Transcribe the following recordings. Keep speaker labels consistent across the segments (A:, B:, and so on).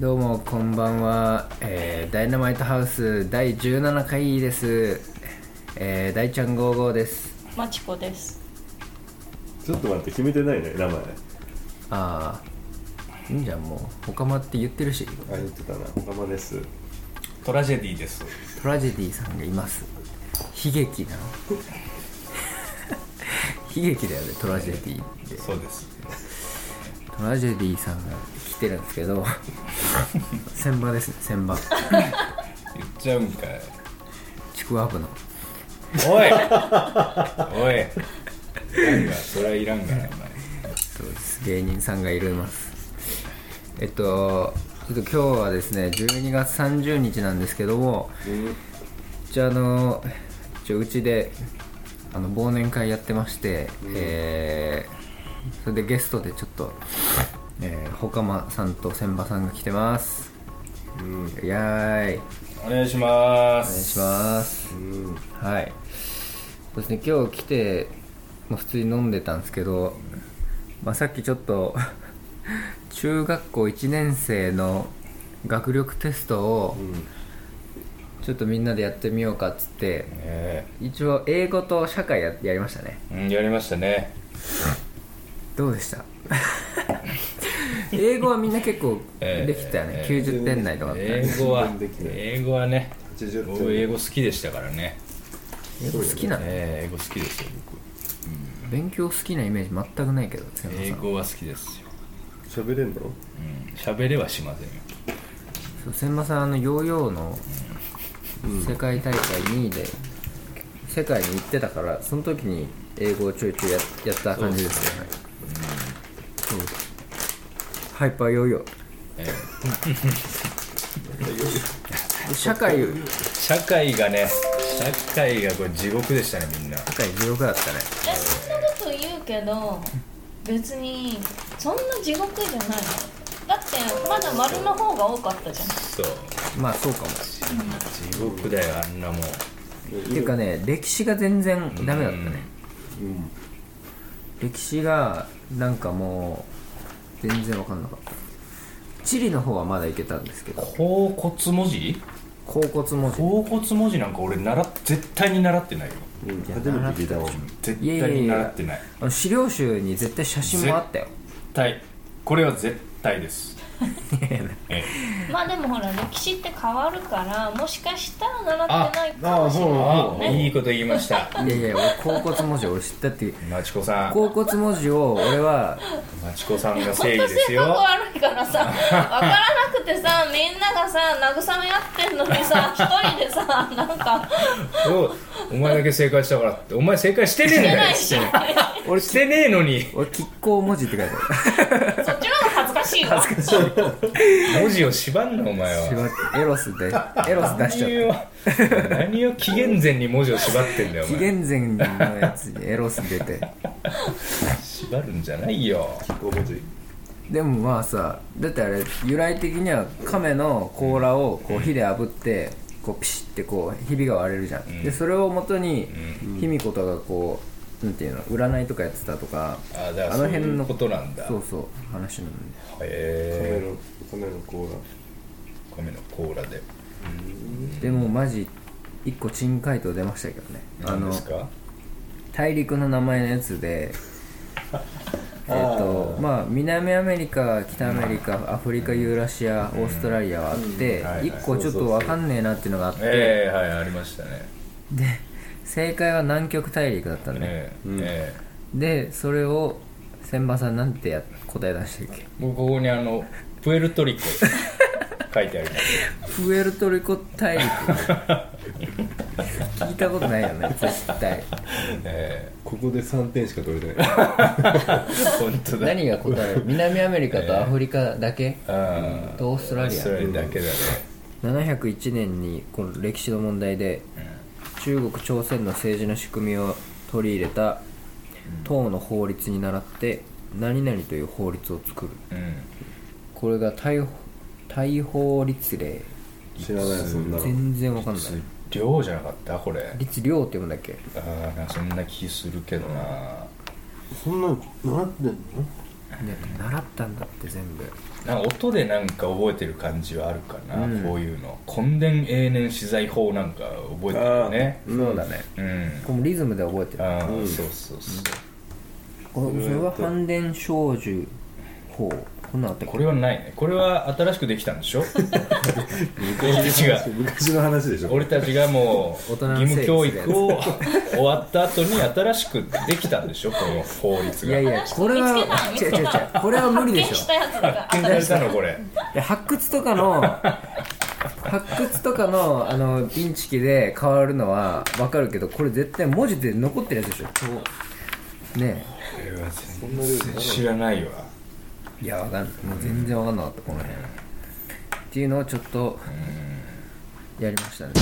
A: どうもこんばんは、えーダイナマイトハウス第17回です、えー、大ちゃん55です
B: マチコです。
C: ちょっと待って決めてないね名前あ
A: ああいいんじゃんもうオカマって言ってるし
C: 言ってたな岡間です
D: トラジェディです
A: トラジェディさんがいます悲劇なの 悲劇だよねトラジェディって
D: そうです
A: トラジェディさんが来てるんですけど 千場ですね千場
D: 言っちゃうんかい
A: ちくわぶの
D: おいおいいらんがそれはいらんがな
A: そうです芸人さんがいるますえっとちょっと今日はですね12月30日なんですけどもじゃああのちょうちであの忘年会やってまして、えーそれでゲストでちょっと、えー、ほかまさんと千葉さんが来てます
C: うん
A: やーい
D: お願いしま
A: お願いし
D: す
A: ます
C: うん
A: はいそうですね今日来て、まあ、普通に飲んでたんですけど、まあ、さっきちょっと中学校1年生の学力テストを
C: うん
A: ちょっとみんなでやってみようかっつって
D: え
A: 一応英語と社会ややりましたね
D: えうんやりましたね
A: どうでした 英語はみんな結構
D: ええ
A: できたよね、
D: ええ
A: 90点台とかだったね
D: 英語は
C: 全然できない
D: 英語はね
C: 80点
D: 僕英語好きでしたからね
A: 英語好きなの、
D: ええ英語好きですよ
A: 勉強好きなイメージ全くないけど千
D: 僕
A: 葉
D: 英
A: さん
D: 語は好きですよ
C: 喋れんの
D: うん喋れはしませんよ
A: そう千葉さんあのヨーヨーの世界大会2位で世界に行ってたからその時に英語をちょいちょいややった感じですよねそうハイパーヨーヨ
D: ええ
A: ー 社会
D: 社会がね社会がこれ地獄でしたねみんな
A: 社会地獄だったね
B: え、そんなこと言うけど、別にそんな地獄じゃないの。だってまだ丸の方が多かったじゃん。
D: そう
A: まあそうかもっ
D: 地獄だよあんなもん
A: ていうかね歴史が全然ダメだったね
C: うん
A: 歴史がなんかもう全然わかんなかった地理の方はまだいけたんですけど
D: 甲骨文字
A: 甲骨文字
D: 甲骨文字なんか俺習っ絶対に習ってないよ
C: うん初めて聞いたわ
D: 絶
A: いや
D: 対
A: い
D: に
A: やい
D: 習
A: や
D: ってない
A: あの資料集に絶対写真もあったよ
D: 絶対これは絶対ですえ
B: まあでもほら歴史って変わるから、もしかしたら習ってないかもしれ
D: えあ
B: ないよね。
D: いいこと言いました
A: いやいや俺甲骨文字俺知ったって
D: まちこさん
A: 甲骨文字を俺は
D: まちこさんが
B: 本
D: 正
B: 当
D: 義です
B: 性格
D: よ
B: 悪いからさ、わからなくてさ、みんながさ慰め合ってんの にさ、一人でさなんか
D: そうお前だけ正解したからってお前正解してねえん
B: 出
D: だ
B: な
D: よ
B: いし、そっ
D: 俺してねえのに
A: 俺亀甲文字って書いてあ
B: ちの方が恥ずかしいわ。
D: 文字を縛んなお前は
A: るエロスでエロス出し
D: 何
A: ちゃっ
D: を何を紀元前に文字を縛ってんだよ
A: た
D: お
A: 紀
D: 前
A: 元前のやつにエロス出て
D: 縛るんじゃないよ
C: 5文字
A: でもまあさだってあれ由来的には亀の甲羅をこう火で炙ってこうピシッてこうひびが割れるじゃん、でそれをもとに卑弥呼とかがこうなんていうの占いとかやってたとか
D: あだから
A: あの辺の
D: そういうことなんだ
A: そうそう話なんだよ
D: へ
C: 米
D: え
C: の米のコーラ
D: 米の甲羅で
A: でもマジ一個珍解答出ましたけどねあ
D: 何
A: の
D: ですか
A: 大陸の名前のやつ でえっとまあ南アメリカ北アメリカアフリカユーラシアオーストラリアはあって
D: うんはいはい
A: 一個ちょっと分かんねえなっていうのがあって
D: ええはいありましたね
A: で正解は南極大陸だったね
D: ええええ
A: でそれを千葉さんなんてや答え出したっけ
D: 僕ここにあのプエルトリコ書いてあり ます
A: プエルトリコ大陸 聞いたことないよね絶対
D: え
C: ここで3点しか取れてない
D: え 本当だ
A: 何が答える南アメリカとアフリカだけ、
D: あ
A: とオーストラリア
D: それだけだね
A: 701年にこの歴史の問題で中国朝鮮の政治の仕組みを取り入れた党の法律に倣って何々という法律を作る
D: うん
A: これが大大法律令
C: 知らないそんなの
A: 全然わかんない
D: 量じゃなかったこれ
A: 律令って読むんだっけ
D: ああそんな気するけどな
C: そんなの習ってんの
A: ね習ったんだって全部
D: なんか音でなんか覚えてる感じはあるかな、
A: うん
D: こういうの根伝永年資材法なんか覚えてるよね
C: そうだ
A: ね
D: うん
A: このリズムで覚えてる
D: あー
C: うん
D: そうそうそう、
A: これそれは反電小樹法こんなのあったっけ
D: これはないねこれは新しくできたんでし ょ俺たちが
C: 昔の話でしょ
D: 俺たちがもう
A: 大
D: 義
A: 人のせい
D: 務教育 を終わった後に新しくできたんでしょこの法律
A: い
D: が
A: やいやこれは
B: 見つ
A: 違う
B: けた
A: 違う違うこれは無理でし
B: 発見し
A: ょ
B: たやつが
D: 発見されたのこれ
A: で発掘とかの発掘とかのあのインチキで変わるのは分かるけどこれ絶対文字で残ってるやつでしょね
D: これは
C: んなルールな
D: 全然
C: の
D: 知らないわ
A: えいや分かんないもう全然分かんなかったこの辺っていうのをちょっとやりましたね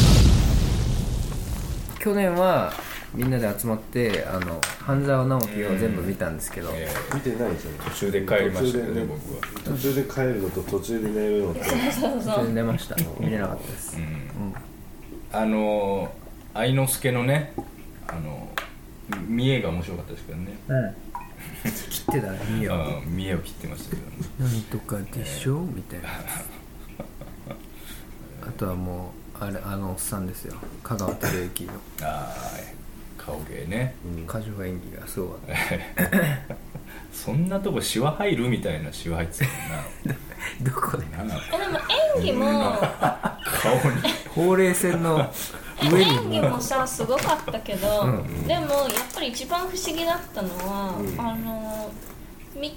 A: 去年はみんなで集まってあの半沢直樹を全部見たんですけど、
D: え
C: 見てないじゃん
D: ー途中で帰りましたけどね僕は
C: 途中で帰るのと途中で寝るのと
B: そうそ
A: 全
B: う
A: 然出ました見れなかったです
D: あのー愛之助のねあのー見栄が面白かったですけどね
A: うん切ってたらいいよ
D: うん見栄を切ってましたけどね
A: なんとかでしょみたいな あとはもうあれあのおっさんですよ香川照之の
D: ああ顔芸ね
A: 過剰演技がすごかった
D: そんなとこシワ入るみたいなシワ入ってた
A: どこで
D: もんななんか
B: えでも演技も
D: 顔に
A: ほうれい線の上に
B: 演技もさすごかったけど、でもやっぱり一番不思議だったのは、
C: うん
B: あのミ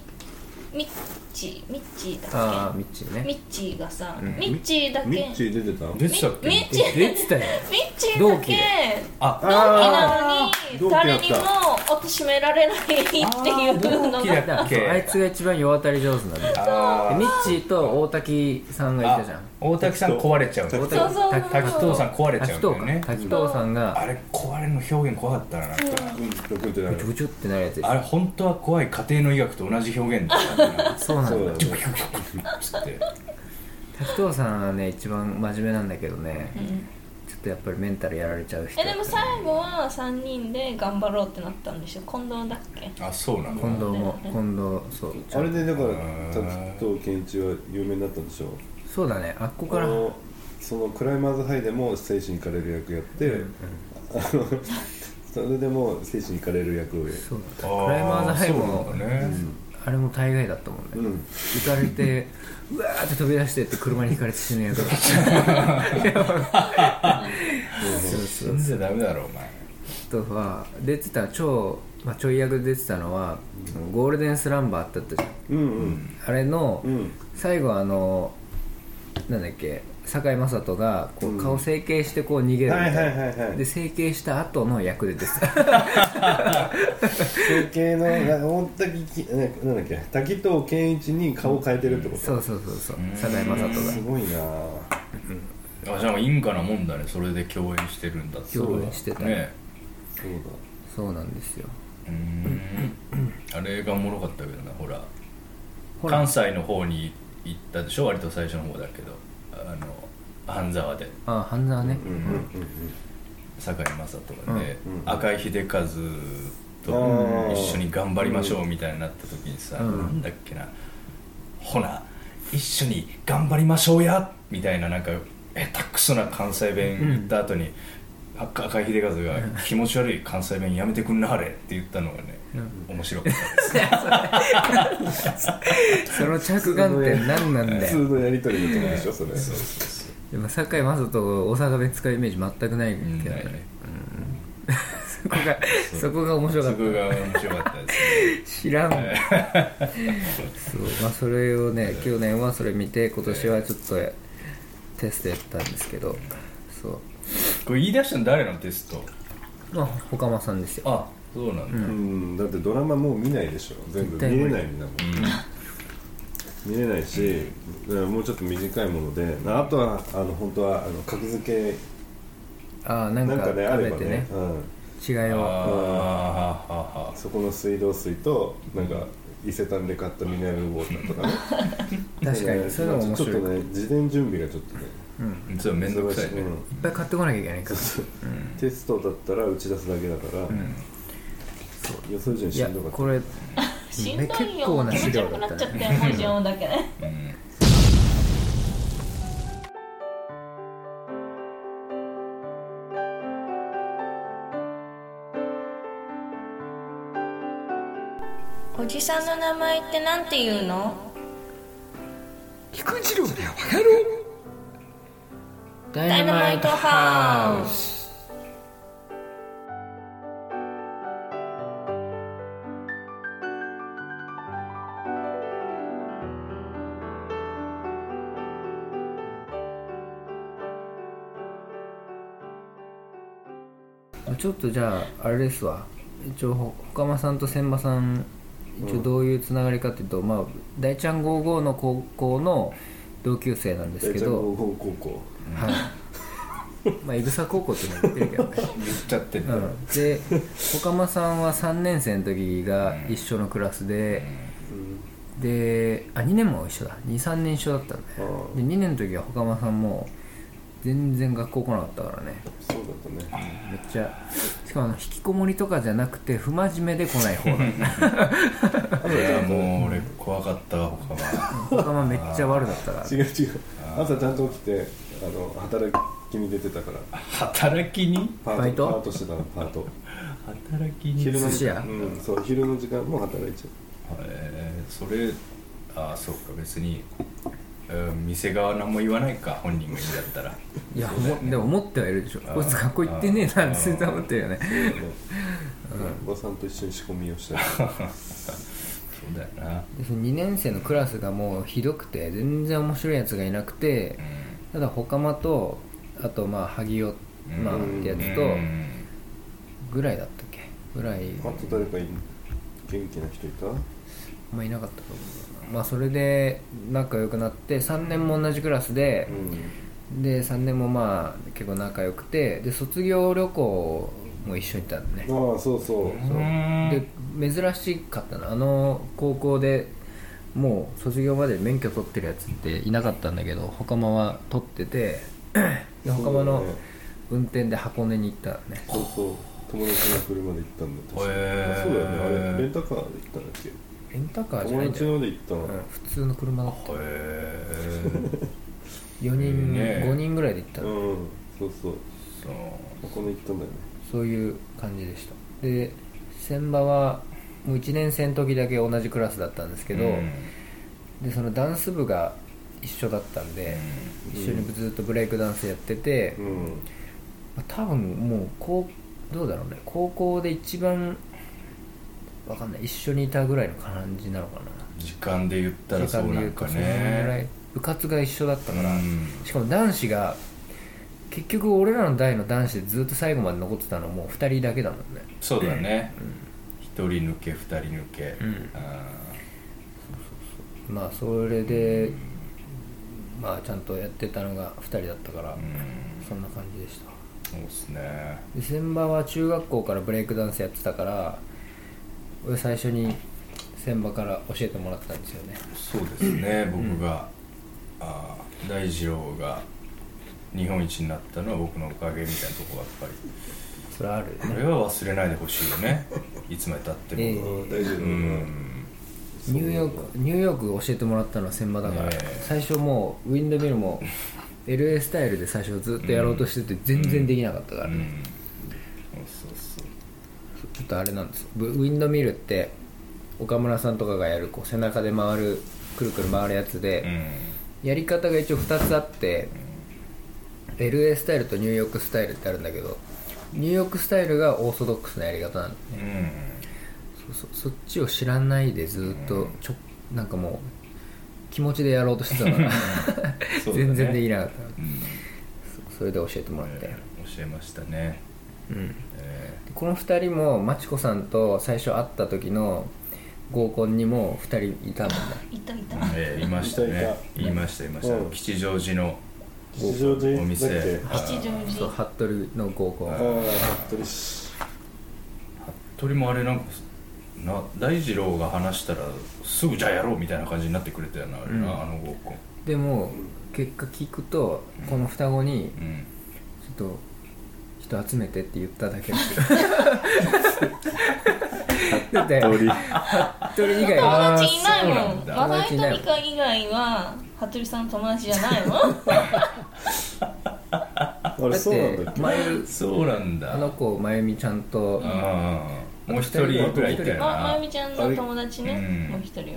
B: ミッチーミッチーだ
A: あ
B: っ
A: あミッチー
B: けミ
A: ね
B: ッチーがさ、ミッチーだけ
C: ミ
B: ミ
C: ッ
B: ッ
C: チ
B: チー
C: ー出てた
D: 出てたっけ
B: ミッチー
A: 出てたよ
B: だ
A: 同期
B: け
A: で
D: あ
C: あー
B: 同期なのに誰にも貶められないっていうの
D: 同期
B: が
D: だったっ
A: そうあい
D: け
A: つが一番世渡り上手なんだよで
D: あ
A: ミッチーと大滝さんがいたじゃん
D: 大滝さん壊れちゃう
A: 大
D: の
A: 滝
B: そうそうそう
D: 滝藤さん壊れちゃ
A: 滝
D: う
A: 藤
D: んだよね
A: か滝藤さん
D: あ
A: が
D: れ壊れるの表現怖かったななんか
C: うん毒ってな
A: ブ
C: る
A: チョブチョってなるやつでし
D: あれ本当は怖い家庭の医学と同じ表現だったな
A: ょそうな
C: そうんだ
A: だ
C: ね
D: ちょこちょこちょこちょこっつって
A: 滝藤さんはね一番真面目なんだけどね
B: うん
A: ちょっとやっぱりメンタルやられちゃう人
B: えでも最後は3人で頑張ろうってなったんでしょ近藤だっけ
D: あそうなの
A: 近藤も近藤そう
C: あれでだから
D: うん
C: 滝藤健一は有名になったんでしょ
A: そうだねあっこか
C: あ
A: ら
C: のそのクライマーズハイでも精神行かれる役やって、あのそれでも精神行かれる役をやる
A: そうだ
D: あ
A: クライマーズハイ
D: そ
A: も
D: うなんだね
A: あれも大概だったもんね、
C: うん
A: 行かれてうわーって飛び出してって車にひかれて死ぬやつだったそうそ
D: 全然ダメだろお前
A: うあとは出てた超、まあ、ちょい役で出てたのは、ゴールデンスランバーってあったじゃん
C: うん
A: あれの、
C: うんうん
A: 最後あのなんだっけ堺雅人がこう顔整形してこう逃げるみたいな、
C: はいはいはいはい
A: で整形した後の役でです
C: 整形のな大滝きななんだっけ滝藤健一に顔変えてるってこと、
A: そうそうそうそう堺雅人が
C: すごいな
D: あじゃあ因果なもんだねそれで共演してるんだって
A: 共演してた
D: ね
C: そう
A: そうなんですよ
D: うーんあれがおもろかったけどなほら
A: ほら
D: 関西の方に行ったでしょ割と最初の方だけどあの半沢で
A: ああ半沢ね、
C: だうんうん
D: 堺雅人がね、
C: うんうん
D: 赤井秀和
C: あ
D: と
C: ー
D: 一緒に頑張りましょうみたいになった時にさ、
A: うん
D: なんだっけなほな一緒に頑張りましょうやみたいななんか下手くそな関西弁言った後に、あ赤井秀和が「気持ち悪い関西弁やめてくんなはれ」って言ったのがね、面白かっ たです
A: その着眼点何なん
C: うん普
A: だ
C: 通
A: よ
C: のやりとりのとこでしょそれ
D: そうそうそう
A: でも堺雅人を大阪弁使うイメージ全くないけど
D: うん
A: ね、
D: ね
A: そこがそこが面白か
D: そ
A: っ
D: こが面白かったですね
A: た知らんも んそうまあそれをね去年はそれ見て今年はちょっとテストやったんですけどそう
D: これ言い出したの誰のテスト
A: まあ岡間さんですよ
D: あそうなんだ、
C: うんだってドラマもう見ないでしょ全部
A: 絶対
C: 見
A: 無理
C: れないんだもん見れないし、だからもうちょっと短いものであとはあの本当はあの格付け
A: ああなん
C: なん
A: か
C: か
A: 食
C: ねあれ
A: べ
C: ば
A: て
C: ね
A: ね
C: うん、
A: 違い
D: あー
A: は
D: はあはあはあ
C: そこの水道水となんか伊勢丹で買ったミネラルウォーターとかね
A: 確か
C: ね
A: にそういうのも面白い
C: ちょっとね事前準備がちょっとね
D: ちょっと面倒くさいね、
C: うん
A: いっぱい買ってこなきゃいけないから
C: そうテストだったら打ち出すだけだから、予想以上に
A: い
C: し
A: や
C: んどかった
A: これ
B: しんどい
A: 結構
B: よ
A: な
B: 気
A: 資
B: 持ち
A: 料
B: 悪く
A: だ
B: な
A: った
B: っ
A: ね
B: ちゃって文字読むだけで
D: うん
B: おじさんの名前ってなんて言うの
E: 菊次郎だよバカ野郎
A: ダ
B: ダイナマイトハウス
A: ちょっとじゃああれですわ一応ほかまさんと千葉さん一応どういうつながりかっていうと、まあ大ちゃん55の高校の同級生なんです
C: え
A: け
C: じゃあ
A: ど、
C: 高校高校
A: はい まあいぐさ高校ってのは言ってるけどね
D: 言っちゃってん
A: う
D: だ、
A: ん、 で岡間さんは3年生の時が一緒のクラスで、であ2年も一緒だ23年一緒だったんだよ
C: ああ
A: で2年の時は岡間さんも全然学校来なかったからね
C: そうだったね
A: めっちゃしかもあの引きこもりとかじゃなくて不真面目で来ない方だった
D: いやもう俺怖かったわ他は
A: 岡間めっちゃ悪だったから
C: 違う違う朝ちゃんと起きてあの働きに出てたから
D: 働きに
C: パー
A: バイト
C: パートしてたのパート
D: 働きに
C: 昼の
A: 寿司
C: 時
A: 屋
C: 間うんそう昼の時間も働いちゃ
D: えーそれああそうか別に、うん、店側何も言わないか本人が言うんだったら
A: いや思でも思ってはいるでしょ
D: ああ
A: こいつ学校行ってねえな
D: ああ
A: ってずっと思ってるよね
C: うそうだねおばさんと一緒に仕込み をしたり
D: そうだよな
A: でその2年生のクラスがもうひどくて全然面白いやつがいなくてただほかまとあとまあ萩尾、
D: うん
A: まあ、っ
C: うん
A: てやつと
D: うん
A: ぐらいだったっけぐらい
C: あと誰かい元気な人いた
A: あんまいなかったと思うなまあそれで仲良くなって3年も同じクラスで、で3年もまあ結構仲良くてで卒業旅行も一緒に行ったんだね
C: ああそうそう
A: で珍しかったなあの高校でもう卒業まで免許取ってるやつっていなかったんだけど他間は取っててで他間の運転で箱根に行ったのね
C: そうそう友達の車で行ったんだ確か
D: へー
C: そうだよねあれレンタカーで行ったんだっ
A: レンタカー
C: け
A: じゃないんだ
C: 友達
A: よ、
C: ので行ったの、
A: うん、普通の車だっ
D: へえ
A: た4人、
D: いいね
A: 5人ぐらいで行ったの、
C: うんそうそう
D: そう
C: ここに行ったんだよね
A: そういう感じでしたで千葉はもう1年生の時だけ同じクラスだったんですけど、
D: うん
A: でそのダンス部が一緒だったんで、一緒にずっとブレイクダンスやってて、
C: うん
A: まあ多分もうこうどうだろうね高校で一番わかんない一緒にいたぐらいの感じなのかな
D: 時間で言ったら
A: 時
D: そ
A: 間
D: う
A: で
D: な
A: 言うんと
D: か
A: そのぐらい
D: ね
A: 部活が一緒だった
D: だ
A: から、しかも男子が結局俺らの代の男子でずっと最後まで残ってたのもう2人だけだもんね
D: そうだね一人抜け二人抜け
A: ん
D: あ
A: まあそれで、まあちゃんとやってたのが2人だったから、
D: ーうん
A: そんな感じでした
D: そうですね
A: で千葉は中学校からブレイクダンスやってたから俺最初に千葉から教えてもらったんですよね
D: そうですね僕が、あー大二郎が日本一になったのは僕のおかげみたいなとこがやっぱり
A: それあるよ
D: こ
A: ね
D: れは忘れないでほしい よねいつまでたっても、
A: ええ
C: 大丈夫だ
D: う
C: なん
A: ニューヨークニューヨーク教えてもらったのは千葉だから、
D: ねえ
A: 最初もうウィンドミルも LA スタイルで最初ずっとやろうとしてて全然できなかったから
D: う
A: ね、
D: んそうそう
A: ちょっとあれなんですよブウィンドミルって岡村さんとかがやるこう背中で回るくるくる回るやつで、
D: そううん
A: やり方が一応2つあって、LA スタイルとニューヨークスタイルってあるんだけどニューヨークスタイルがオーソドックスなやり方なんだ
D: うん
A: そうそうそっちを知らないでずっとちょなんかもう気持ちでやろうとしてた から、
D: そうだね
A: 全然できなかった
D: うん
A: そそれで教えてもらって、
D: えー教えましたね
A: うん、
D: え
A: この2人もまちこさんと最初会った時の合コンにも2人いたもんね
B: いたいた
D: ーえーいました
C: いたい
D: ね
C: た
D: 言いましたいました、
C: うん
D: 吉祥寺の
C: 吉祥寺
D: お店
C: だっけ
B: 吉祥
A: そう
B: 寺
A: 服部の合コ
C: ああ
A: ン
C: 服部市
D: 鳥もあれなんかな大二郎が話したらすぐじゃあやろうみたいな感じになってくれたよなあれな、
A: うん
D: あの合コン
A: でも結果聞くとこの双子に
D: うん
A: ちょっと人集めてって言っただけでだって
C: 通り
A: 服部以外は
B: 友達いない
D: あーそう
B: も
D: なん
B: ん
D: だ
B: マサイとミカ以外は服部さんの友達じゃないもん
C: あれ
A: だっ
C: そうなんだってけ
A: 前
D: そうなんだ
A: あの子まゆみちゃんと
D: うんもう一人ぐらいいたよ
B: まま
D: な
B: ゆみちゃんの友達ね
D: うん
B: もう一人は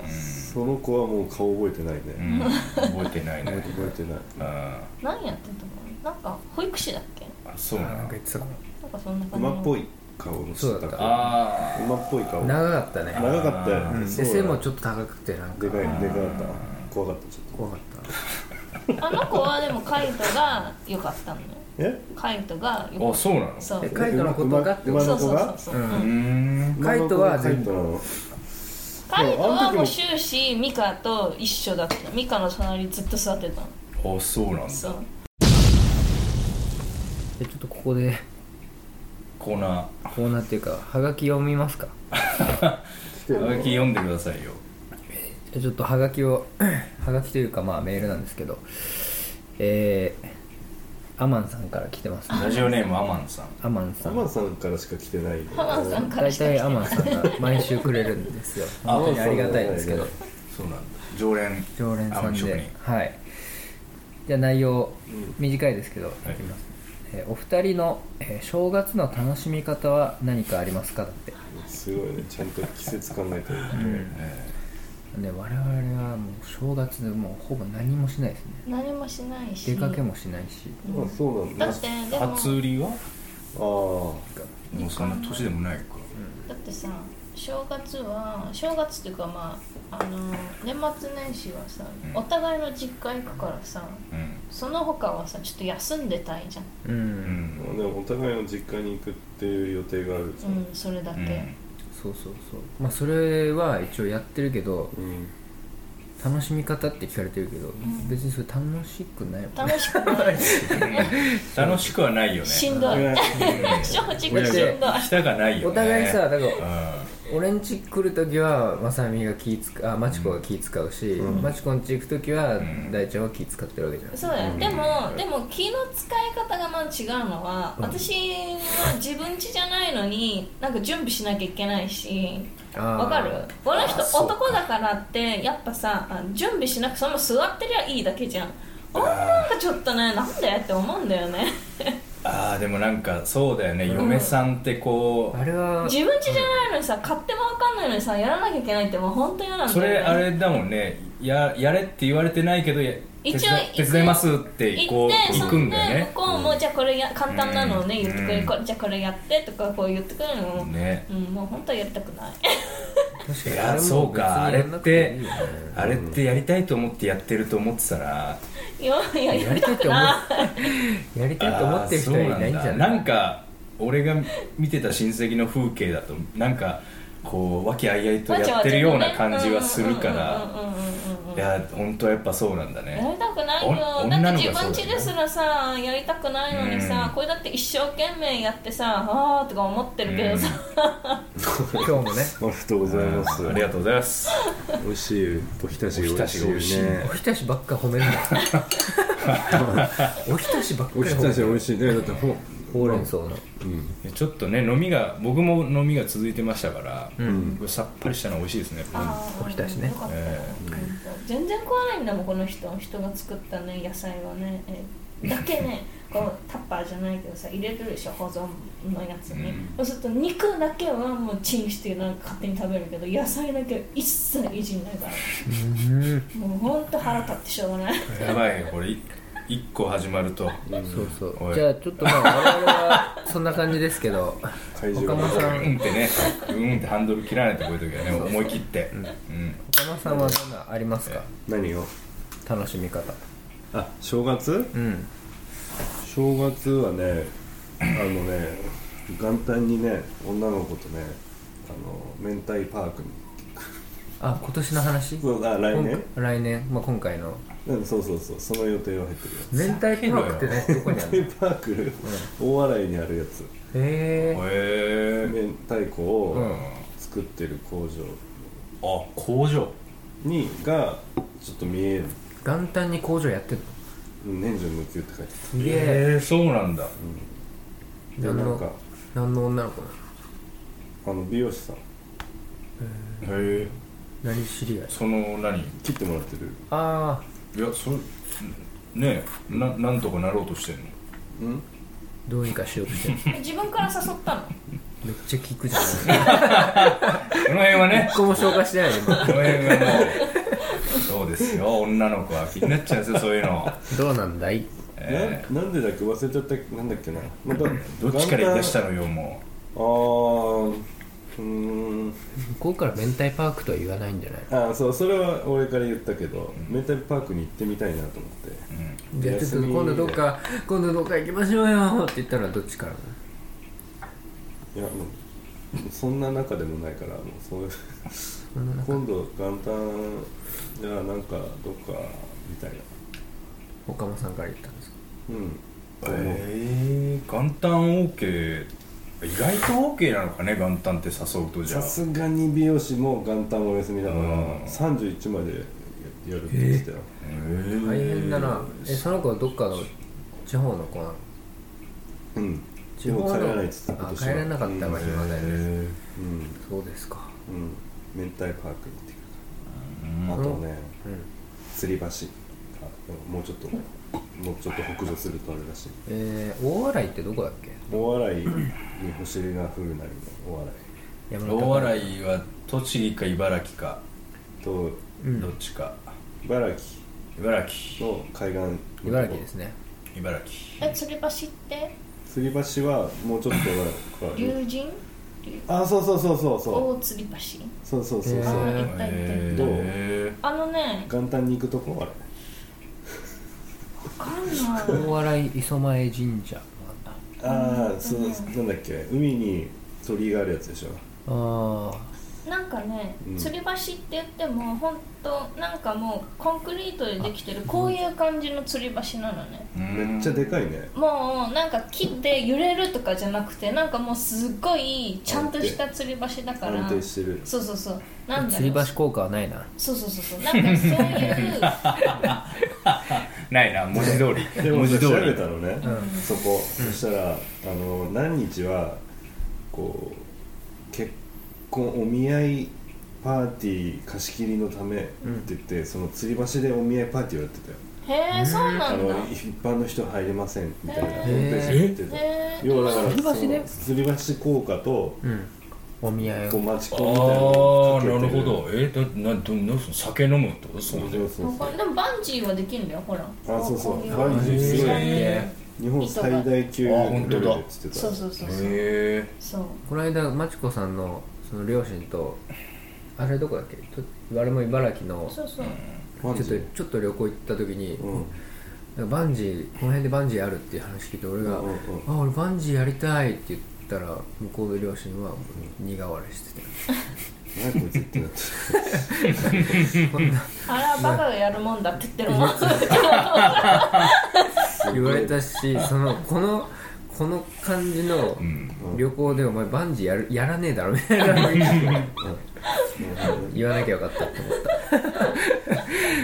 C: その子はもう顔覚えてない
D: うん
C: ね
D: うん覚えてな いね
C: 覚えてない
D: うんあ
B: 何やってたのなんか保育士だっけ
D: そう
A: な
D: なんん
A: か
D: だ
A: 言ってたかも
B: なんかそんな感じ
C: 馬
B: の
C: っぽい顔の
A: そうだった
D: あー
C: 馬っぽい顔
A: 長かったね
C: 長かったよ
D: あ
A: う
C: ね
A: ん
C: そうだ
A: 背もちょっと高くてなんか
C: でかいでかかっ
D: あ
C: た怖かったちょっと
A: 怖かった
B: あの子はでもカイトが良かったのよ
C: え
B: カイトが良か
D: あ
B: っ
D: そうなの
B: たそう
A: えカイトのことがって
C: 馬
B: そ
C: の
B: う
C: 子
B: そうそう
C: が
B: そう、
A: う
B: うん
D: うー
B: ん
D: ん
A: カイトは
C: カイ
A: 全
C: ト
A: 部
C: なの
B: カイトはもう
C: でもあの時
B: 終始ミカと一緒だったミカの隣ずっと座ってたの
D: あそうなんだ
B: そう
A: でちょっとここで
D: コーナ
A: コーナーっていうかはがき読みますか
D: ーはがき読んでくださいよ
A: じゃあちょっとはがきを はがきというかまあメールなんですけどえー、アマンさんから来てますね
D: ラジオネームアマンさん
A: アマンさ
C: ア
A: ん
C: マンさんからしか来てないね
B: アマンさんから
A: 大
B: しか来て
A: 体アマンさんが毎週くれるんですよ
D: あ
A: 本当に ありがたいんですけど
D: そうなんだ常連
A: 常連さん
D: 職
A: で
D: 人
A: はいじゃあ内容
C: うん
A: 短いですけど、いきますえーお二人の、えー正月の楽しみ方は何かありますかだって
C: すごいねちゃんと季節考えてるね
D: え
A: で我々はもう正月でもうほぼ何もしないですね
B: 何もしないし
A: 出かけもしないし
C: あそうなんだ
B: だ
C: あ
B: って
D: え
B: でも
D: 初売りはも
C: あー
D: うそんな年でもないか
B: だってさ正月は正月っていうかまああの年末年始はさ、
D: うん
B: お互いの実家行くからさ
D: うん
B: その他はさちょっと休んでたいじゃ
A: う
B: ん
A: ん、
D: うん
C: でもお互いの実家に行くっていう予定があるじゃん
B: うんそれだけ、
A: そうそうそうまあそれは一応やってるけど
C: うん
A: 楽しみ方って聞かれてるけど、
B: ん
A: 別にそれ楽しくないもん
B: 楽しくない
D: 楽しくはないよね
B: しんどい正直しんどい
A: 俺
D: 行きたがないよね
A: お互いさだから
D: う
A: 俺ん家来る時はまさみが気使うあまちこが気使うし、まちこん家行く時は
D: ん
A: 大ちゃんは気使ってるわけじゃない、
B: そうだよ、でもでも気の使い方がまあ違うのは、私は自分家じゃないのになんか準備しなきゃいけないし
A: あー
B: わかるこの人
D: あそうか
B: 男だからってやっぱさあ準備しなくても座ってりゃいいだけじゃん女なんかちょっとねなんでって思うんだよね
D: ああでもなんかそうだよね嫁さんってこ
A: あれは
B: 自分家じゃないのにさ勝手も分かんないのにさやらなきゃいけないってもう本当嫌なんだよ
D: う
B: ね
D: それあれだもんねややれって言われてないけどや手
B: 一応
D: 伝
B: 行く
D: 手伝いますって
B: 行
D: こ
B: っ
D: う
B: て
D: 行
B: そ
D: く
B: ん
D: ん
B: で
D: だよね
B: 向こうもじゃあこれや簡単なのをね言ってくれ
D: うん
B: るこれじゃあこれやってとかこう言ってくれるのも
D: ね
B: うんもう本当はやりたくない
A: 確
D: い
A: に
D: や
A: れも
D: そうかあ
A: 別にや
D: れ
A: んな
D: っ
A: くも
D: て
A: いいよね
D: あれってやりたいと思ってやってると思ってたら
B: いやい
A: や
B: やや
A: り
B: り
A: たい
B: た
A: と
B: く
A: 思
B: な
A: うやりたいと思ってる人はいないんじ
D: あー
A: ゃな
D: そう
A: い
D: んだなんか俺が見てた親戚の風景だとなんかこう和気あいあい
B: い
D: とやってるような感じはするから
B: うんうんうんうんうんうん
D: いや本当はやっぱそうなんだ
B: や
D: ね
B: りたくない
D: お
B: よ
D: 女
B: だっ
D: の
B: て
D: 子
B: 自分家
D: がそうだよね
B: ですらさやりたくないのにさ、
D: うん
B: これだって一生懸命やってさあーとか思ってるけどさ、
A: 今日もね
C: ありがとうございます
D: ありがとうございます
C: 美味しいおひたしが美味しい
D: おひたしが美味しい
C: ね
A: おひたしばっか褒めるんだおひたしばっかり
C: おひ
A: 褒め
C: たし
A: る
C: 美味しいねだってほん
A: ほうれん草の
D: ちょっとね飲みが僕も飲みが続いてましたから、
A: ん
D: これさっぱりしたの美味しいですね
B: あー
A: おひたしね
B: よかったよ
D: え
B: 全然食わないんだもんこの人人が作ったね野菜はねえだけねこうタッパーじゃないけどさ入れるでしょ保存のやつに、
D: うん
B: そうすると肉だけはもうチンしてなんか勝手に食べるけど野菜だけは一切いじんないからもうほんと腹立ってしょう がない
D: やばいよこれ1個始まると
A: そうそ
D: お
A: う
D: い
A: じゃあちょっとまあ我々はそんな感じですけど
C: 怪
A: 岡
C: 獣
A: 本
D: う
A: さん
D: んってねうんってハンドル切らないとこういう時はね思い切ってうん
A: 岡本さんはどんなありますか
C: 何を
A: 楽しみ方
C: あ正月
A: うん
C: 正月はねあのね元旦にね女の子とねあの明太パークに
A: あ今年の話
C: そうあ来年
A: 今来年、まあ、今回の
C: うんそうそうそうその予定は入ってるよ
A: 明太パークってねどこにある
C: 明
A: の
C: 太パーク大洗にあるやつ
A: へえ
D: へえ
C: 明太子
A: うん
C: を作ってる工場
D: あ工場
C: にがちょっと見える
A: 元旦に工場やってるの
C: 年中無休って書いて
A: すげえ
D: えー、そうなんだ
C: あるで
A: 何
C: な
A: の
C: んか
A: 何の女の子なの
C: あの美容師さん
D: え
A: 何知り合い
D: その何い
C: 切ってもらってる
A: ああ
D: やそれねえななんとかなろうとしてんの
C: うん
A: どうにかしようとしてる
B: 自分から誘ったの
A: めっちゃ聞くじゃない
D: この辺はね
A: 一個も消化してない今
D: この辺はもうそうですよ女の子は気になっちゃうんですよそういうの、
A: どうなんだい
D: え
C: ななんでだっけ忘れちゃったなんだっけな、まあだ
D: ーどっちから言い出したのよも
C: あーうーん
A: 向こうから明太パークとは言わないんじゃない
C: あーそうそれは俺から言ったけど、メンタルパークに行ってみたいなと思って
D: う、うん、
A: じゃあちょっと今度どっか今度どっか行きましょうよって言ったらどっちからなの
C: いやもうそんな中でもないからもうそういう
A: そんな中
C: 今度元旦じゃあなんかどっかみたいな
A: 岡間さんから言ったんですか
C: うん
D: えー、元旦 OK 意外と OK なのかね元旦って誘うとじゃ
C: さ
D: あ
C: すがに美容師も元旦お休みだから、
D: うん
C: 31までややるって言ってたよ、
D: えー
A: 大変だなえその子はどっかの地方の子なの
C: うん
A: 地
C: で
A: 方
C: も
A: の
C: 帰らないっつってた
A: あ帰らなかったわ
C: うん
A: 暇だよね
D: え
A: そうですか
C: うん、明太パークに行ってく
D: ー
C: る
D: う
C: あ
D: ん
C: とね
A: うん
C: 吊り橋あでももうちょっともうちょっと北上するとあれだしい
A: えー、大洗ってどこだっけ
C: 大洗に星が降るなりの大洗
A: 山
D: 大
A: い
D: 洗は栃木か茨城か
C: と
A: うん
D: どっちか
C: 茨
D: 茨
C: 城
D: 城
C: の海岸のとこ
A: 茨城ですね
D: 茨城
B: え吊り橋って
C: 吊り橋はもうちょっとは
B: 竜神
C: あそうそうそうそうそ
B: 大
C: う
B: 吊り橋
C: そうそうそう
A: へ
C: そ
B: あ
C: う
B: ー行った行った行っ
C: どう
D: え
B: たあのね
C: 元旦に行くとこあれ
B: わかんない
A: 大洗磯前神社
C: ああそうなんだっけ海に鳥居があるやつでし
A: あ
C: ょ
A: あ
B: なんかね、
C: うん
B: 吊り橋って言っても本当なんかもうコンクリートでできてるこういう感じの吊り橋なのね
D: ー
C: めっちゃでかいね
B: もうなんか木で揺れるとかじゃなくてなんかもうすっごいちゃんとした吊り橋だから
C: 安定してる
B: そうそうそうなんだ
A: 吊
B: ろ
A: り
B: う
A: 橋効果はないな
B: そうそうそうそうなんか そういう
D: ないな文字通
C: で
D: り
C: も
D: 文字
C: 調
D: 通り
C: べたのね、そこ、そしたらあの何日はこう結婚お見合いパーティー貸し切りのためって言って、その吊り橋でお見合いパーティーをやってたよ
B: へえそう
C: あ
B: なんだ
C: の一般の人入れませんみたいな
B: へー
C: ホームページに載ってた
B: へえ
C: 要はだから
A: 吊り橋で
C: その吊り橋効果と
A: うんお見合い
C: こう
A: を
C: 待ち
D: あ
C: 込みみたいなのを
D: あ
C: か
D: ー
C: けて
D: なるほどえだなどな酒飲むってことそ
C: そうう
D: で
C: そうそうそう
B: でもバンジーはできるんだよほら
C: あそうそう
B: こいう
C: バンジーすごい
A: ね
C: 日本最大級
D: あ本当だ
C: レベルっつってた
B: そうそうそうそう
D: へ
B: そう
A: この間まちこさんのその両親とあれどこだっけと我も茨城のち
B: そうそう
C: バ
A: ょっ
C: ンジ
A: と
C: ー
A: ちょっと旅行行った時に、
C: うん
A: なんかバンジーこの辺でバンジーあるっていう話聞いて俺が「
C: うんうんうん
A: あ俺バンジーやりたい」って言ったら向こうの両親はもう苦笑いしてて
C: 何こいつってなって
B: あらバカがやるもんだって言ってる もん
C: た
A: 言われたしそのこのこの感じの旅行でお前バンジーやるやらねえだろみたいな言わなきゃよかったって思った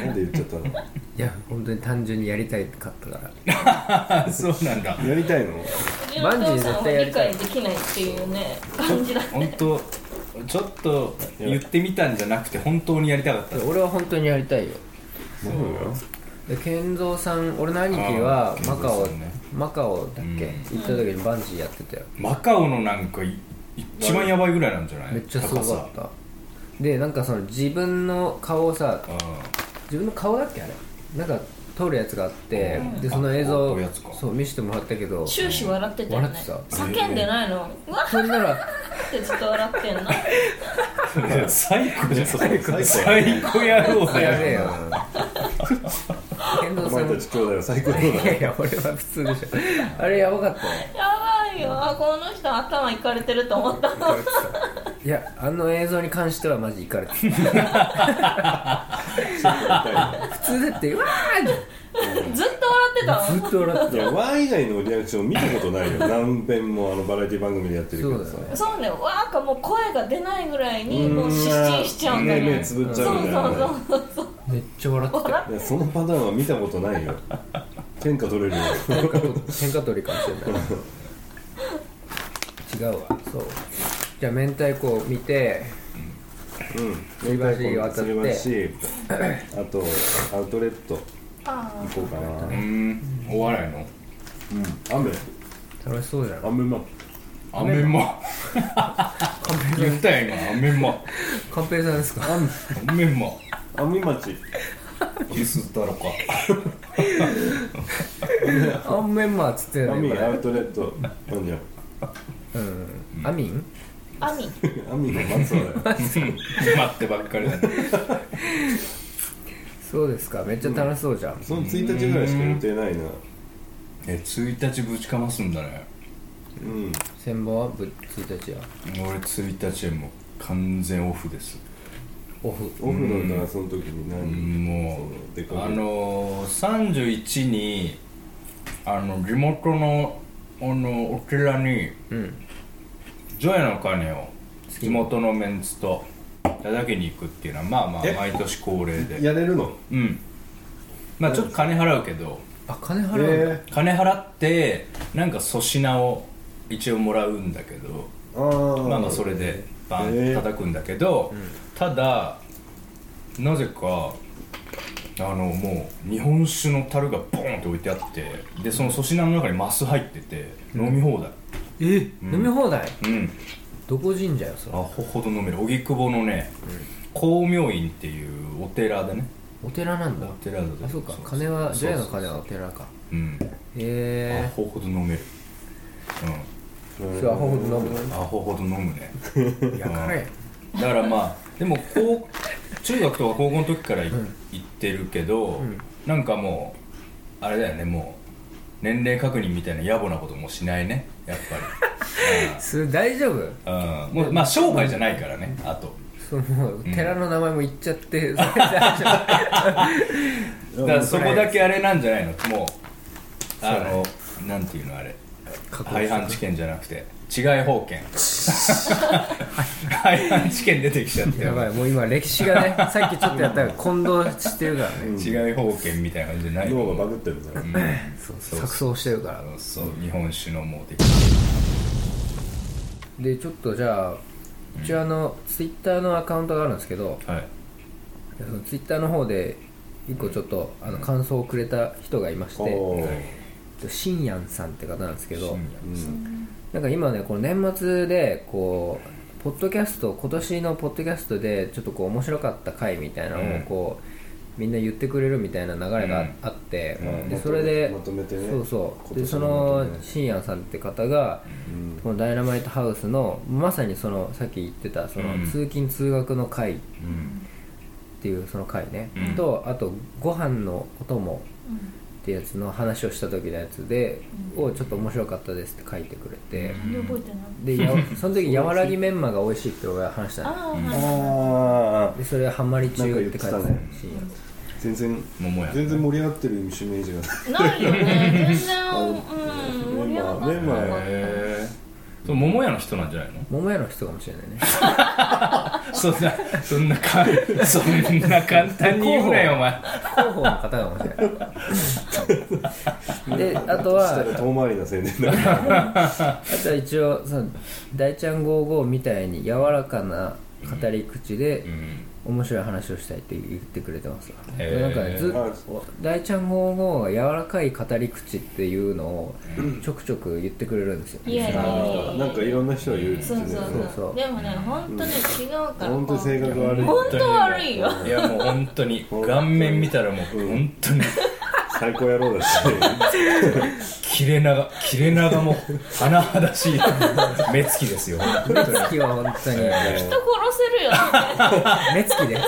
C: なんで言っちゃったの
A: いや本当に単純にやりたいかったから
D: えそうなんだ
C: やりたいの
A: バンジー絶
B: さんは
A: 対やり
B: 理
A: たい
B: 解できないっていうね感じだ
D: 本当ちょっと言ってみたんじゃなくて本当にやりたかった
A: 俺は本当にやりたいよで健三さん俺の兄貴は
D: あー
A: マカオ、
D: 健三さんね
A: マカオだっけ、
D: うん
A: 行った時にバンジーやってたよ
D: マカオのなんかい一番やばいぐらいなんじゃない
A: めっちゃすごかっ
D: 高さ
A: たでなんかその自分の顔をさ自分の顔だっけあれなんか撮るやつがあって、
D: うん
A: でその映
D: あ
A: 像
D: 撮るやつか
A: そう見せてもらったけど
B: 終始笑ってたよね
A: 笑ってた
B: 叫んでないのうわ
A: そんなら
B: ーってずっと笑ってんの
D: うんいや最高じゃん
C: 最高だ
D: 最高やろう
A: やべえ
D: ぜ
A: よ健
C: お
A: 三さ
C: 前
A: ん
C: たち兄弟は最高だ
A: いやいや俺は普通でしょあれやばかったよ
B: やばいよあこの人頭いかれてると思ったの
A: いやあの映像に関してはマジいかれてた
C: な
A: 普通だってうわーって
B: ずっと笑ってた
A: ずっと笑って
C: いやワン以外のリアクション見たことないよ何遍もあのバラエティ番組でやってるけどさ
A: そうだよ
B: のそうねわーかもう声が出ないぐらいにもう失神しちゃうんだよ
C: 目
B: ね
C: 目つぶっち
B: そう
C: ゃ
B: そうう
C: みたいなね
B: そう
A: めっちゃ笑ってたよ
C: いやそのパターンは見たことないよ天下取れるよ
A: 喧嘩と喧嘩取りかもしれない違うわそうじゃあ明太子を見て
C: うん
A: 吊り橋渡って
C: 吊り橋あとアウトレット
B: あ
C: 行こうかな
D: うーんお笑いの
C: うん雨
A: 楽しそうじゃん
C: 雨マッ
D: アメンマ言ったやん今アメンマ
A: 寛平さんですか
D: アメンマ
C: プ雨町
D: キスだろか
A: あんメンマーっつってた
C: ア
A: ね
C: ミ
A: これ
C: アウトレットなん じゃん
A: うんアミン
B: あアミ
C: アミの松原
D: 待ってばっかりだね
A: そうですかめっちゃ楽しそうじゃん
C: その1日ぐらいしか予定ないな
D: え1日ぶちかますんだね
C: うん
A: 千本はぶっついたちや
D: 俺1日はもう完全オフです
A: オフ
C: オフのだからその時に何
D: も
C: そう出
D: う
C: かけ
D: あ
C: る
D: のー、31にあの地元のあのお寺に
A: うん
D: 除夜の鐘を地元のメンツといただきに行くっていうのはまあまあ
C: え
D: 毎年恒例で
C: やれるの
D: うんまあちょっと金払うけど
A: あ金払うんだ
C: え
D: 金払ってなんか粗品を一応もらうんだけど
C: ーああ
D: まあまあそれでバ
C: へ
D: ン
C: え
D: 叩くんだけど、ただなぜかあのもう日本酒の樽がボーンって置いてあってでその粗品の中にマス入ってて飲み放題
A: え飲み放題
D: うん
A: どこ神社よそ
D: あ
A: れ
D: ほほど飲める荻窪のね光明院っていうお寺だね
A: お寺なんだ
D: お寺だね
A: あそうか金は除
D: そう
A: 夜
D: そ
A: の
D: う
A: 金はお寺か
D: うんあ
A: へ
D: ほほど飲める
A: えそれアホほど飲む
D: うんあほほど飲む ね
A: いや辛い
D: だからまあでも高中学とか高校の時からい行ってるけど、
A: ん
D: なんかもうあれだよねもう年齢確認みたいな野暮なこともしないねやっ
A: それ大丈夫
D: ぱり、うん、もうまあ商売じゃないからねあと
A: その寺の名前も言っちゃ ってそれ大丈
D: だからそこだけあれなんじゃないのもうあのなんていうのあれ
A: 夫
D: 廃藩置県じゃなくて違い 保険 廃藩置県出てきちゃって
A: やばいもう今歴史がねさっきちょっとやったから混同してるからね
D: 違い保険みたいな感じじゃない
C: 脳がバグってるな
D: うんそうそう
A: 錯綜してるから
D: あのそう日本酒のもうでき
A: でちょっとじゃあうちはあのツイッターのアカウントがあるんですけど
D: はい
A: ツイッターの方で一個ちょっとあの感想をくれた人がいまし
C: お
A: て
C: おー
A: しんやんさんって方なんですけど
C: うん
A: なんか今ねこの年末でこうポッドキャスト今年のポッドキャストでちょっとこう面白かった回みたいなのをこう、みんな言ってくれるみたいな流れがあ
D: うん
A: あって、
D: うん
A: でそれで、
C: まとめてね
A: そうそうで
C: 今年
A: そ
C: の
A: の
C: まとめ
A: しんやんさんって方が、
C: うん
A: この「ダイナマイトハウスの」まさにそのさっき言ってたその
D: うん
A: 通勤通学の回っ
D: うん
A: ていうその回ね、
D: うん
A: とあとご飯のお供ってやつの話をした時のやつで、をちょっと面白かったですって書いてくれて、
B: うんで覚えてない
A: で やその時やわらぎメンマが美味しいって俺が話したの
B: ああはい
C: ああ
A: でそれはハマり中って書いてあ
C: な
A: る
C: んか言って
A: し、
C: 全然
D: 桃屋
C: 全然盛り上がってる一メージが な
B: な
C: い
B: いよね全然
C: あ
B: うん盛り上がらな
C: メンバーメンバ
B: かった
D: へえそう桃屋の人なんじゃないの
A: 桃屋の人かもしれないね
D: そんなそんなかそんな簡単に言うなよお前
A: 広報の方かもし れないであとは
C: したら遠回りな宣伝だ から
A: あとは一応その「大ちゃん55」みたいに柔らかな語り口で
D: うん
A: 面白い話をしたいって言ってくれてますわ
D: へー
A: なんかねずっ
C: あ
A: と「大ちゃん55」が柔らかい語り口っていうのをちょくちょく言ってくれるんですよ
B: いやいや
C: あーなんかいろんな人が言うって
B: そう
C: 言
B: そう
C: ってたよね
A: そう
B: そ
A: そう
B: うでもね本当に違うから
C: 本当に性格悪い
B: 本当悪いよ
D: いやもう本当に顔面見たらもう本当に
C: 最高野郎だし
D: 切れ長切れ長も甚だしい目つきですよ
A: 目つきは本当に
B: 人殺せるよね
A: 目つきで
C: も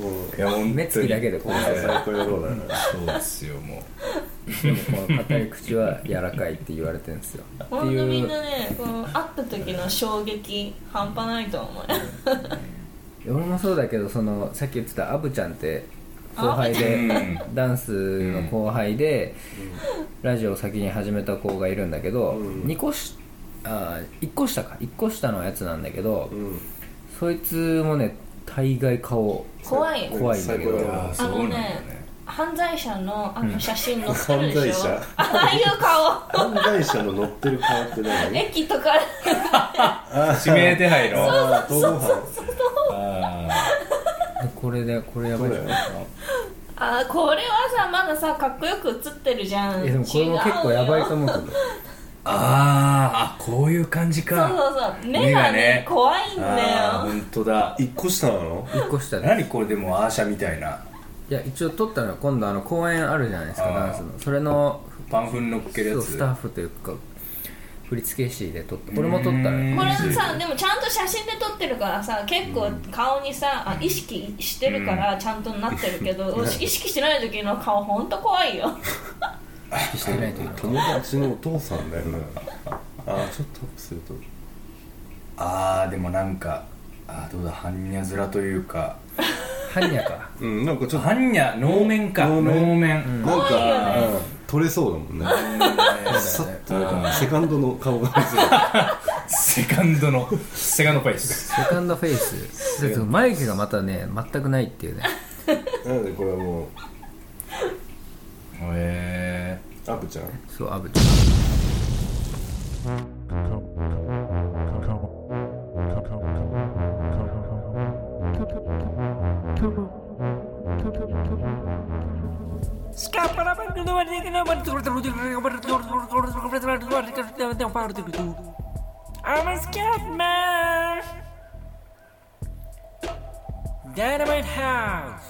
C: う
D: いや本当に
A: 目つきだけでこう
D: はい
C: 最高野郎だな
D: そうですよもう
A: でもこの語り口は柔らかいって言われてるんですよって
B: ほんとみ
A: い
B: ん
A: う
B: なねこの会った時の衝撃半端ないと思う
A: 俺もそうだけどそのさっき言ってたアブちゃんって後輩で
D: う
A: ダンスの後輩で、ラジオを先に始めた子がいるんだけど、
C: うん
A: 2個しあ1個下か1個下のやつなんだけど、
C: うん
A: そいつもね大概顔
B: 怖いよ
A: 怖いんだけど
C: 最高だ
D: ああそうなんだよね
B: 犯罪者のあの写真載ってる
C: 犯
B: で
C: 罪
B: しょ、
C: 者
B: ああいう顔
C: 犯罪者の乗ってる顔って何
B: 駅とか
D: 指名手配の
C: ああ逃亡犯
D: あ
A: これでこれやばいじゃないですか
B: あーこれはさまださかっこよく映ってるじゃん
A: いやでもこれも結構やばいと思うけど
D: あーあこういう感じ
B: 違うよ
D: か
B: そうそうそう目
D: 目
B: が
D: が
B: ね
D: ね
B: 怖いん
D: あ
B: だ
D: ー
B: よ
D: 本当だ
C: 一個下なの
A: 一個下で
D: 何これでもアーシャみたいない
A: や一応撮ったのは今度あの公演あるじゃないですか
D: あー
A: ダンスのそれの
D: パンフン乗っける
A: そ
D: や
A: う
D: つ
A: スタッフというか振付師で撮ったこれも撮った
D: うーん
A: ね
B: これは
D: 面白
B: さでもちゃんと写真で撮ってるからさ結構顔にさあ意識してるからちゃんとなってるけど意識してない時の顔ほんと怖いよ
A: してないというか
C: 友達のお父さんだよなあーちょっとアップすると
D: ああでもなんかあーどうだ般若面というか
A: ハニヤか
C: うんなんかちょっと
D: 般若能面か
C: 能
D: 能
C: 面
D: 面
C: なん
B: 怖い
C: か、うん取れそうだもんねさっとなんかセカンドの顔が見せる
D: セカンドのセカンドフェイス
A: セカンドフェイスだけど眉毛がまたね全くないっていうね
C: なのでこれはもう
D: へ
C: アブちゃん
A: そうアブちゃん
F: I'm a scat man. Dynamite House.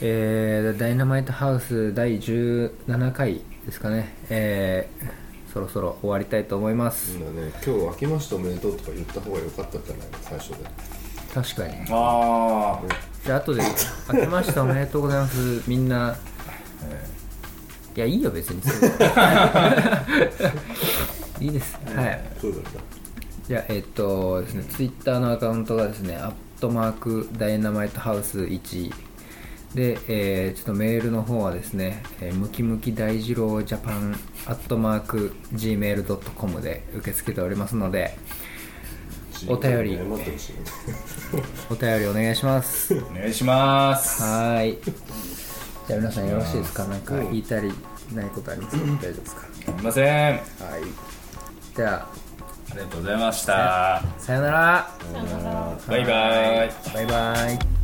A: えーダイナマイトハウス第17回ですかね、えーそろそろ終わりたいと思います、
C: みんなね今日明けましておめでとうとか言った方が良かったんじゃないの最初で
A: 確かに
D: ーあー
A: じゃあ後で「明けましておめでとうございます」みんな、いやいいよ 別にいいです、はい
C: そうだった
A: じゃあえっとですね、ツイッターのアカウントがですね、アットマークダイナマイトハウス1で、えーちょっとメールの方はですね、えームキムキ大二郎ジャパンアットマーク gmail.com で受け付けておりますので、お便り
C: 謝ってほしいね
A: お便りお願いし ます。
D: お願いします
A: はーい。じゃあ皆さんよろしいですかなんか言いたりないことありますか大丈夫ですか
D: すみませんあ
A: はい。では、
D: りがとうございました
A: さよなら
B: なんかさ
D: バイバイ
A: バイバイ。